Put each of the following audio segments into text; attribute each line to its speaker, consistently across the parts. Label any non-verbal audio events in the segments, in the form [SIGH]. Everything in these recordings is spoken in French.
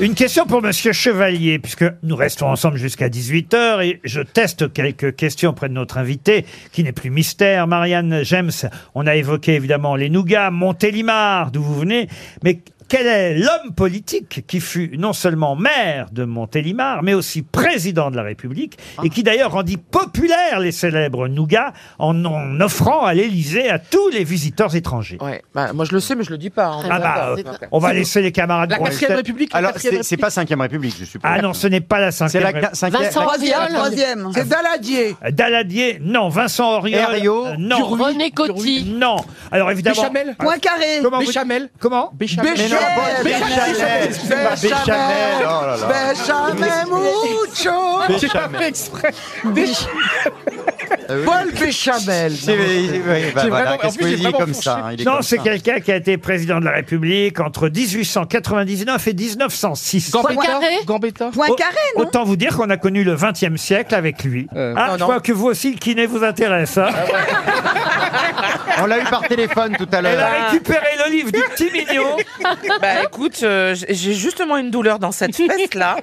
Speaker 1: Une question pour Monsieur Chevalier, puisque nous restons ensemble jusqu'à 18h et je teste quelques questions auprès de notre invité, qui n'est plus mystère, Marianne James. On a évoqué évidemment les Nougats, Montélimar, d'où vous venez, mais quel est l'homme politique qui fut non seulement maire de Montélimar, mais aussi président de la République, et qui d'ailleurs rendit populaire les célèbres Nougats en, en offrant à l'Élysée à tous les visiteurs étrangers
Speaker 2: Ah.
Speaker 3: Ouais, bah, moi je le sais, mais je le dis pas. hein.
Speaker 1: Ah bah,
Speaker 3: C'est-
Speaker 1: euh, on va laisser les camarades.
Speaker 3: La
Speaker 1: pour les
Speaker 3: quatrième
Speaker 1: têtes.
Speaker 3: République. la
Speaker 4: Alors, c'est
Speaker 3: quatrième
Speaker 4: c'est pas
Speaker 3: République.
Speaker 4: 5ème République, je suppose.
Speaker 1: Ah non, ce n'est pas la
Speaker 4: c'est
Speaker 1: cinquième.
Speaker 4: la
Speaker 1: République.
Speaker 4: 5
Speaker 5: Vincent
Speaker 6: Troisième,
Speaker 5: Auriol,
Speaker 6: troisième.
Speaker 3: C'est Daladier.
Speaker 1: Daladier, non. Vincent Auriol,
Speaker 4: Herriot,
Speaker 1: euh, non.
Speaker 6: René Coty.
Speaker 1: Non. Alors évidemment.
Speaker 3: Béchamel.
Speaker 6: Poincaré.
Speaker 1: ah, Comment vous-
Speaker 3: Béchamel.
Speaker 1: Comment
Speaker 3: Béchamel.
Speaker 4: Mais non, bon, Béchamel. Béchamel. Béchamel. Oh là là.
Speaker 3: Béchamel mucho. J'ai pas fait exprès. Paul Béchamel.
Speaker 4: C'est- oui, oui, bah voilà,
Speaker 3: J'ai vraiment- en
Speaker 4: Qu'est-ce
Speaker 3: plus,
Speaker 4: que vous
Speaker 3: j'ai
Speaker 4: dites
Speaker 3: vraiment
Speaker 4: comme
Speaker 3: fourché.
Speaker 4: ça hein, il est
Speaker 1: Non,
Speaker 4: comme
Speaker 1: c'est
Speaker 4: ça.
Speaker 1: quelqu'un qui a été président de la République entre 1899 et 1906.
Speaker 6: Poincaré.
Speaker 3: Gambetta.
Speaker 6: Poincaré, non
Speaker 1: Autant vous dire qu'on a connu le 20e siècle avec lui.
Speaker 3: Euh,
Speaker 1: ah,
Speaker 3: non,
Speaker 1: je
Speaker 3: non. Ah,
Speaker 1: vois que vous aussi, le kiné vous intéresse. hein.
Speaker 4: On l'a eu par téléphone tout à
Speaker 1: Elle a
Speaker 4: l'heure.
Speaker 1: récupéré le livre du petit mignon.
Speaker 2: Bah écoute, euh, j- j'ai justement une douleur dans cette fesse là.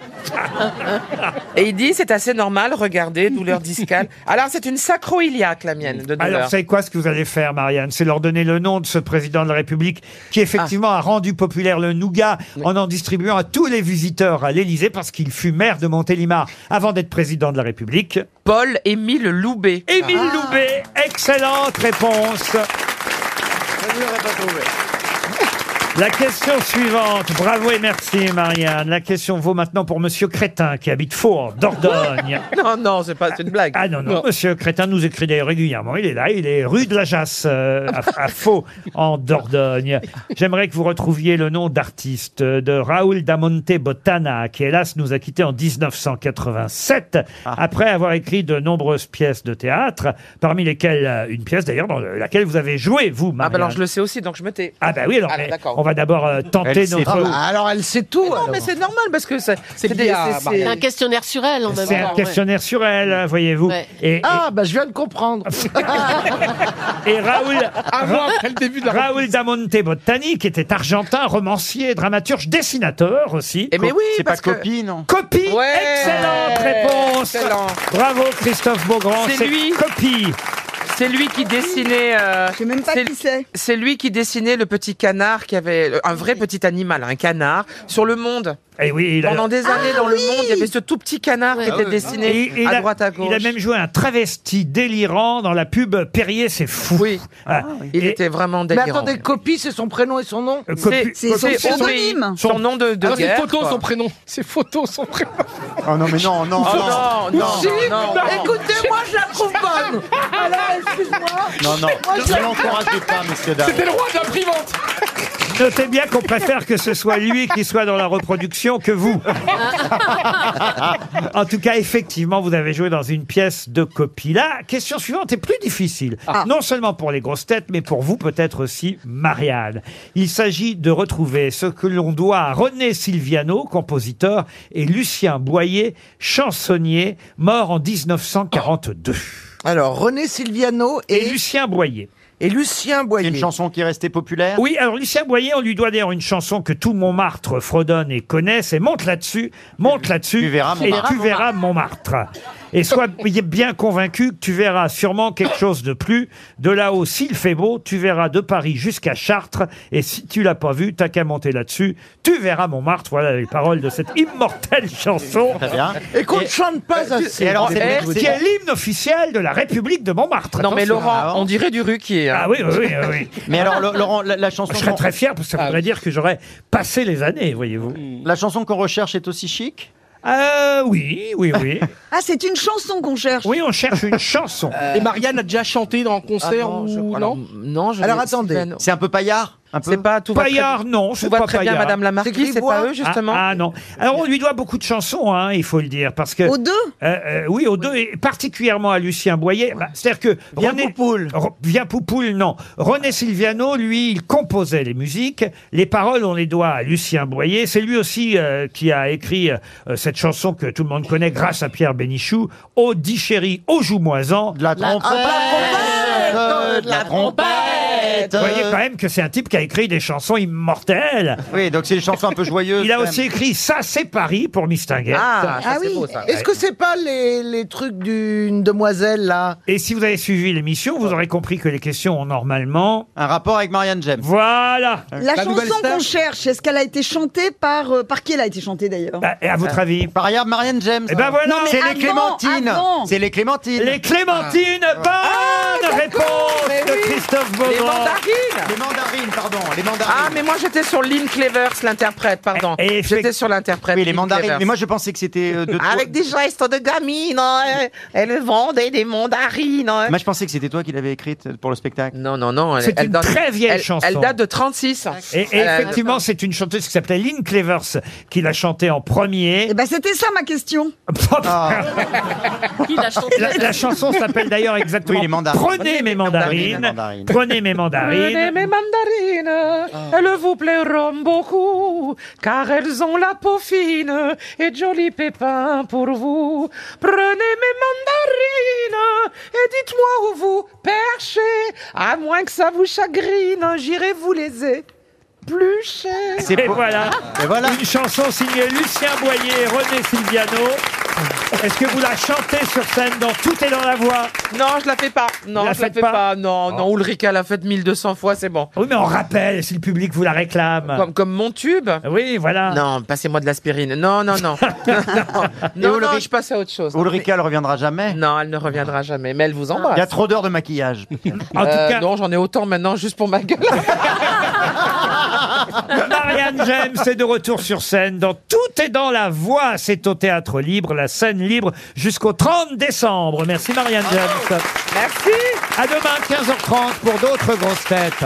Speaker 2: Et il dit c'est assez normal, regardez, douleur discale. Alors c'est une sacro-iliaque la mienne de douleur.
Speaker 1: Alors, c'est quoi ce que vous allez faire, Marianne C'est leur donner le nom de ce président de la République qui, effectivement, a rendu populaire le nougat en en distribuant à tous les visiteurs à l'Élysée parce qu'il fut maire de Montélimar avant d'être président de la République.
Speaker 2: Paul Émile Loubet.
Speaker 1: Émile Loubet, excellente réponse. La question suivante, bravo et merci Marianne. La question vaut maintenant pour Monsieur Crétin qui habite Faux en Dordogne.
Speaker 2: Non non, c'est pas c'est une blague.
Speaker 1: Ah non, non, monsieur Crétin nous écrit d'ailleurs régulièrement. Il est là, il est rue de la Jasse, euh, à, à Faux, en Dordogne. J'aimerais que vous retrouviez le nom d'artiste euh, de Raoul Damonte Botana, qui hélas nous a quittés en 1987, après avoir écrit de nombreuses pièces de théâtre, parmi lesquelles euh, une pièce d'ailleurs dans le- laquelle vous avez joué, vous,
Speaker 2: Ah
Speaker 1: Marianne.
Speaker 2: bah alors je le sais aussi donc je me tais.
Speaker 1: Ah bah oui, alors
Speaker 2: Ah,
Speaker 1: mais
Speaker 2: d'accord.
Speaker 1: on va d'abord euh, tenter
Speaker 4: Elle sait
Speaker 1: notre...
Speaker 4: tout.
Speaker 3: Ah, alors elle sait tout.
Speaker 2: Non
Speaker 3: alors.
Speaker 2: mais c'est normal parce que c'est c'est des-
Speaker 3: lié à
Speaker 2: c'est-
Speaker 3: Marianne.
Speaker 2: c'est-
Speaker 6: C'est un questionnaire sur elle, en même
Speaker 1: C'est un
Speaker 6: temps. ouais.
Speaker 1: questionnaire sur elle, voyez-vous.
Speaker 6: Ouais.
Speaker 1: Et, et-
Speaker 3: Ah, bah je viens de comprendre.
Speaker 1: et [LAUGHS] Raoul,
Speaker 2: Ah,
Speaker 3: Avant, après le début de la.
Speaker 1: Raoul Damonte Botani, qui était argentin, romancier, dramaturge, dessinateur aussi.
Speaker 2: Eh mais oui,
Speaker 4: C'est pas hein.
Speaker 2: parce que
Speaker 4: copie, non
Speaker 1: Copie,
Speaker 2: Ouais.
Speaker 1: excellente réponse.
Speaker 2: Excellent.
Speaker 1: Bravo Christophe Beaugrand,
Speaker 2: C'est lui.
Speaker 1: Copie.
Speaker 2: c'est lui qui dessinait euh,
Speaker 5: Je sais même pas
Speaker 2: c'est-
Speaker 5: qui c'est.
Speaker 2: c'est lui qui dessinait le petit canard qui avait un vrai petit animal, un canard sur le monde.
Speaker 1: Et Eh oui, il a,
Speaker 2: Pendant des années, dans le monde, il y avait ce tout petit canard
Speaker 6: Ouais.
Speaker 2: qui
Speaker 6: Ah
Speaker 2: était
Speaker 4: oui.
Speaker 2: dessiné
Speaker 1: et- et il
Speaker 2: à
Speaker 1: a-
Speaker 2: droite à gauche.
Speaker 1: il a même joué un travesti délirant dans la pub Perrier, c'est fou.
Speaker 2: Oui.
Speaker 1: Ah,
Speaker 2: Il
Speaker 1: et-
Speaker 2: était vraiment
Speaker 3: Mais
Speaker 2: délirant.
Speaker 3: attendez, copie, c'est son prénom et son nom.
Speaker 1: euh,
Speaker 2: C'est-
Speaker 1: Copie-
Speaker 5: C'est son
Speaker 2: c'est
Speaker 5: pseudonyme.
Speaker 2: son nom de, de
Speaker 3: Ah, c'est
Speaker 2: guerre.
Speaker 3: photo
Speaker 2: quoi.
Speaker 3: son prénom. C'est photo son prénom.
Speaker 4: Oh non, mais non, non,
Speaker 2: Oh
Speaker 4: non.
Speaker 2: non, non,
Speaker 3: Si,
Speaker 2: non,
Speaker 3: bah,
Speaker 2: non.
Speaker 3: [LAUGHS] écoutez, moi je la trouve bonne. Alors, excuse-moi.
Speaker 4: Non, non. Ne l'encouragez pas, messieurs, dames.
Speaker 3: C'était le roi de l'imprimante.
Speaker 1: Notez bien qu'on préfère que ce soit lui qui soit dans la reproduction que vous. en tout cas, effectivement, vous avez joué dans une pièce de copie. La question suivante est plus difficile. Non seulement pour les grosses têtes, mais pour vous peut-être aussi, Marianne. Il s'agit de retrouver ce que l'on doit à René Silviano, compositeur, et Lucien Boyer, chansonnier, mort en 1942.
Speaker 3: Alors, René Silviano
Speaker 1: Et Lucien Boyer.
Speaker 3: et Lucien
Speaker 4: C'est
Speaker 3: Boyer.
Speaker 4: une chanson qui est restée populaire
Speaker 1: Oui, alors Lucien Boyer, on lui doit d'ailleurs une chanson que tout Montmartre fredonne et connaît, c'est Monte là-dessus, monte là-dessus,
Speaker 4: Tu verras
Speaker 1: et
Speaker 4: Montmartre.
Speaker 1: tu verras Montmartre. Et sois bien convaincu que tu verras sûrement quelque chose de plus. De là-haut, s'il fait beau, tu verras de Paris jusqu'à Chartres, et si tu l'as pas vu, t'as qu'à monter là-dessus, tu verras Montmartre. Voilà les paroles de cette immortelle chanson,
Speaker 4: Très bien.
Speaker 3: Et qu'on ne chante pas assez.
Speaker 4: Et alors, c'est
Speaker 2: Eh,
Speaker 4: je vous
Speaker 1: qui
Speaker 4: dis-
Speaker 1: est l'hymne officiel de la République de Montmartre.
Speaker 2: Non mais
Speaker 1: Attention.
Speaker 2: Laurent, on dirait du ruquier. hein.
Speaker 1: Ah oui, oui, oui, oui.
Speaker 4: Mais alors, Lo- Laurent, la, la chanson
Speaker 1: Je serais
Speaker 4: qu'on-
Speaker 1: très fier, parce que
Speaker 4: Ah
Speaker 1: ça voudrait dire que j'aurais passé les années, voyez-vous.
Speaker 4: la chanson qu'on recherche est aussi chic
Speaker 1: Euh, oui, oui,
Speaker 2: [LAUGHS]
Speaker 1: oui.
Speaker 5: Ah, c'est une chanson qu'on cherche.
Speaker 1: Oui, on cherche une chanson.
Speaker 2: Euh,
Speaker 7: Et Marianne a déjà chanté dans un
Speaker 2: Ah
Speaker 7: concert
Speaker 2: non,
Speaker 7: ou
Speaker 2: je-
Speaker 7: non
Speaker 2: alors, non, je
Speaker 3: Alors,
Speaker 2: l'ai-
Speaker 3: attendez.
Speaker 2: Sylvain,
Speaker 4: C'est un peu paillard Un peu
Speaker 2: C'est pas tout va très-
Speaker 1: Paillard, non,
Speaker 2: Tout
Speaker 1: c'est
Speaker 2: va
Speaker 1: pas
Speaker 2: très bien,
Speaker 1: Paillard.
Speaker 2: Madame la Marquise, c'est pas
Speaker 3: Grégoire.
Speaker 2: eux justement.
Speaker 1: Ah, ah, non. Alors on lui doit beaucoup de chansons, hein, il faut le dire, parce que
Speaker 5: Aux deux
Speaker 1: euh, euh, oui, aux deux, et particulièrement à Lucien Boyer. Bah, C'est-à-dire que
Speaker 4: Bien
Speaker 1: René-
Speaker 4: Poupoule.
Speaker 1: Ro- Bien Poupoule, non. René Silviano, lui, il composait les musiques. Les paroles, on les doit à Lucien Boyer. C'est lui aussi euh, qui a écrit euh, cette chanson que tout le monde connaît grâce à Pierre Bénichou. Ô dit chéri, ô joumoisan.
Speaker 4: De la trompette
Speaker 6: trompette,
Speaker 4: euh, De la trompette
Speaker 1: Vous voyez quand même que c'est un type qui a écrit des chansons
Speaker 4: [LAUGHS]
Speaker 1: immortelles.
Speaker 4: Oui, donc c'est une chanson un peu joyeuse.
Speaker 1: [LAUGHS] Il a
Speaker 4: quand
Speaker 1: aussi
Speaker 4: même.
Speaker 1: écrit Ça, c'est Paris pour Mistinguet.
Speaker 2: Ah,
Speaker 3: Ah
Speaker 5: Oh,
Speaker 3: oui. Est-ce que c'est pas les, les trucs d'une demoiselle là
Speaker 1: Et si vous avez suivi l'émission, vous aurez compris que les questions ont normalement.
Speaker 4: Un rapport avec Marianne James.
Speaker 1: Voilà.
Speaker 5: La,
Speaker 7: La nouvelle
Speaker 5: chanson
Speaker 7: star
Speaker 5: qu'on cherche, est-ce qu'elle a été chantée par... euh, par qui elle a été chantée d'ailleurs
Speaker 1: Bah, et à votre avis
Speaker 4: Par ailleurs, Marianne James. euh,
Speaker 1: Eh ben voilà. Non, mais
Speaker 4: Ah. C'est les
Speaker 5: avant,
Speaker 4: Clémentines.
Speaker 5: avant.
Speaker 4: C'est les Clémentines.
Speaker 1: Les Clémentines,
Speaker 4: Ah.
Speaker 1: bonne réponse de Christophe
Speaker 2: Les
Speaker 1: Beaugrand.
Speaker 2: mandarines
Speaker 4: Les mandarines, pardon. Les mandarines.
Speaker 2: Ah, mais moi j'étais sur Lynn Clevers, l'interprète, pardon.
Speaker 1: Et- et
Speaker 2: J'étais
Speaker 1: effect-
Speaker 2: sur l'interprète.
Speaker 4: Oui, les
Speaker 2: Lynn
Speaker 4: mandarines.
Speaker 2: Clevers.
Speaker 4: Mais moi, je pensais que c'était euh, de toi.
Speaker 2: Ah, Avec des gestes de gamine, hein, elle vendait des mandarines. hein.
Speaker 4: Moi, je pensais que c'était toi qui l'avais écrite pour le spectacle.
Speaker 2: Non, non, non. elle-
Speaker 1: C'est
Speaker 2: elle
Speaker 1: une
Speaker 2: date-
Speaker 1: très vieille
Speaker 2: elle-
Speaker 1: chanson.
Speaker 2: Elle date de 36.
Speaker 1: Et, et
Speaker 2: Elle a-
Speaker 1: effectivement, c'est une chanteuse qui s'appelait Lynn Clevers qui l'a chantée en premier. [LAUGHS]
Speaker 5: Eh ben c'était ça ma question.
Speaker 4: Ah.
Speaker 6: Qui l'a chanté
Speaker 1: La, la chanson s'appelle d'ailleurs exactement
Speaker 4: Oui, les mandarines.
Speaker 1: Prenez mes mandarines.
Speaker 4: mandarines.
Speaker 1: Prenez mes mandarines.
Speaker 2: Prenez mes mandarines, elles vous plairont beaucoup, car elles ont la peau fine et de jolis pépins pour vous. Prenez mes mandarines et dites-moi où vous perchez, à moins que ça vous chagrine, j'irai vous les éplucher.
Speaker 4: C'est
Speaker 1: Et
Speaker 4: pour-
Speaker 1: voilà.
Speaker 4: Et voilà.
Speaker 1: Une chanson signée Lucien Boyer, René Silviano. Est-ce que vous la chantez sur scène dans Tout est dans la voix
Speaker 2: Non, je la fais pas. Non,
Speaker 1: La
Speaker 2: je la
Speaker 1: faites
Speaker 2: fais
Speaker 1: pas
Speaker 2: pas. Ah. Non, non, Ulrika l'a faite 1200 fois, c'est bon.
Speaker 1: Oui, mais on rappelle si le public vous la réclame.
Speaker 2: Comme, comme mon tube.
Speaker 1: Oui, voilà.
Speaker 2: Non, passez-moi de l'aspirine. Non, non, [LAUGHS] non. non, non,
Speaker 4: Ulrich-
Speaker 2: je passe à autre chose.
Speaker 4: Ulrika, elle reviendra jamais.
Speaker 2: Non, elle ne reviendra jamais, mais elle vous
Speaker 4: Il y a
Speaker 2: embrasse.
Speaker 4: trop d'heures de maquillage.
Speaker 1: En tout
Speaker 2: Euh,
Speaker 1: cas,
Speaker 2: non, j'en ai autant maintenant juste pour ma gueule.
Speaker 1: [LAUGHS] Marianne James est de retour sur scène dans Tout est dans la voix. C'est au théâtre libre, la scène libre jusqu'au 30 décembre. Merci Marianne James.
Speaker 2: Merci.
Speaker 1: À demain, 15h30 pour d'autres grosses têtes.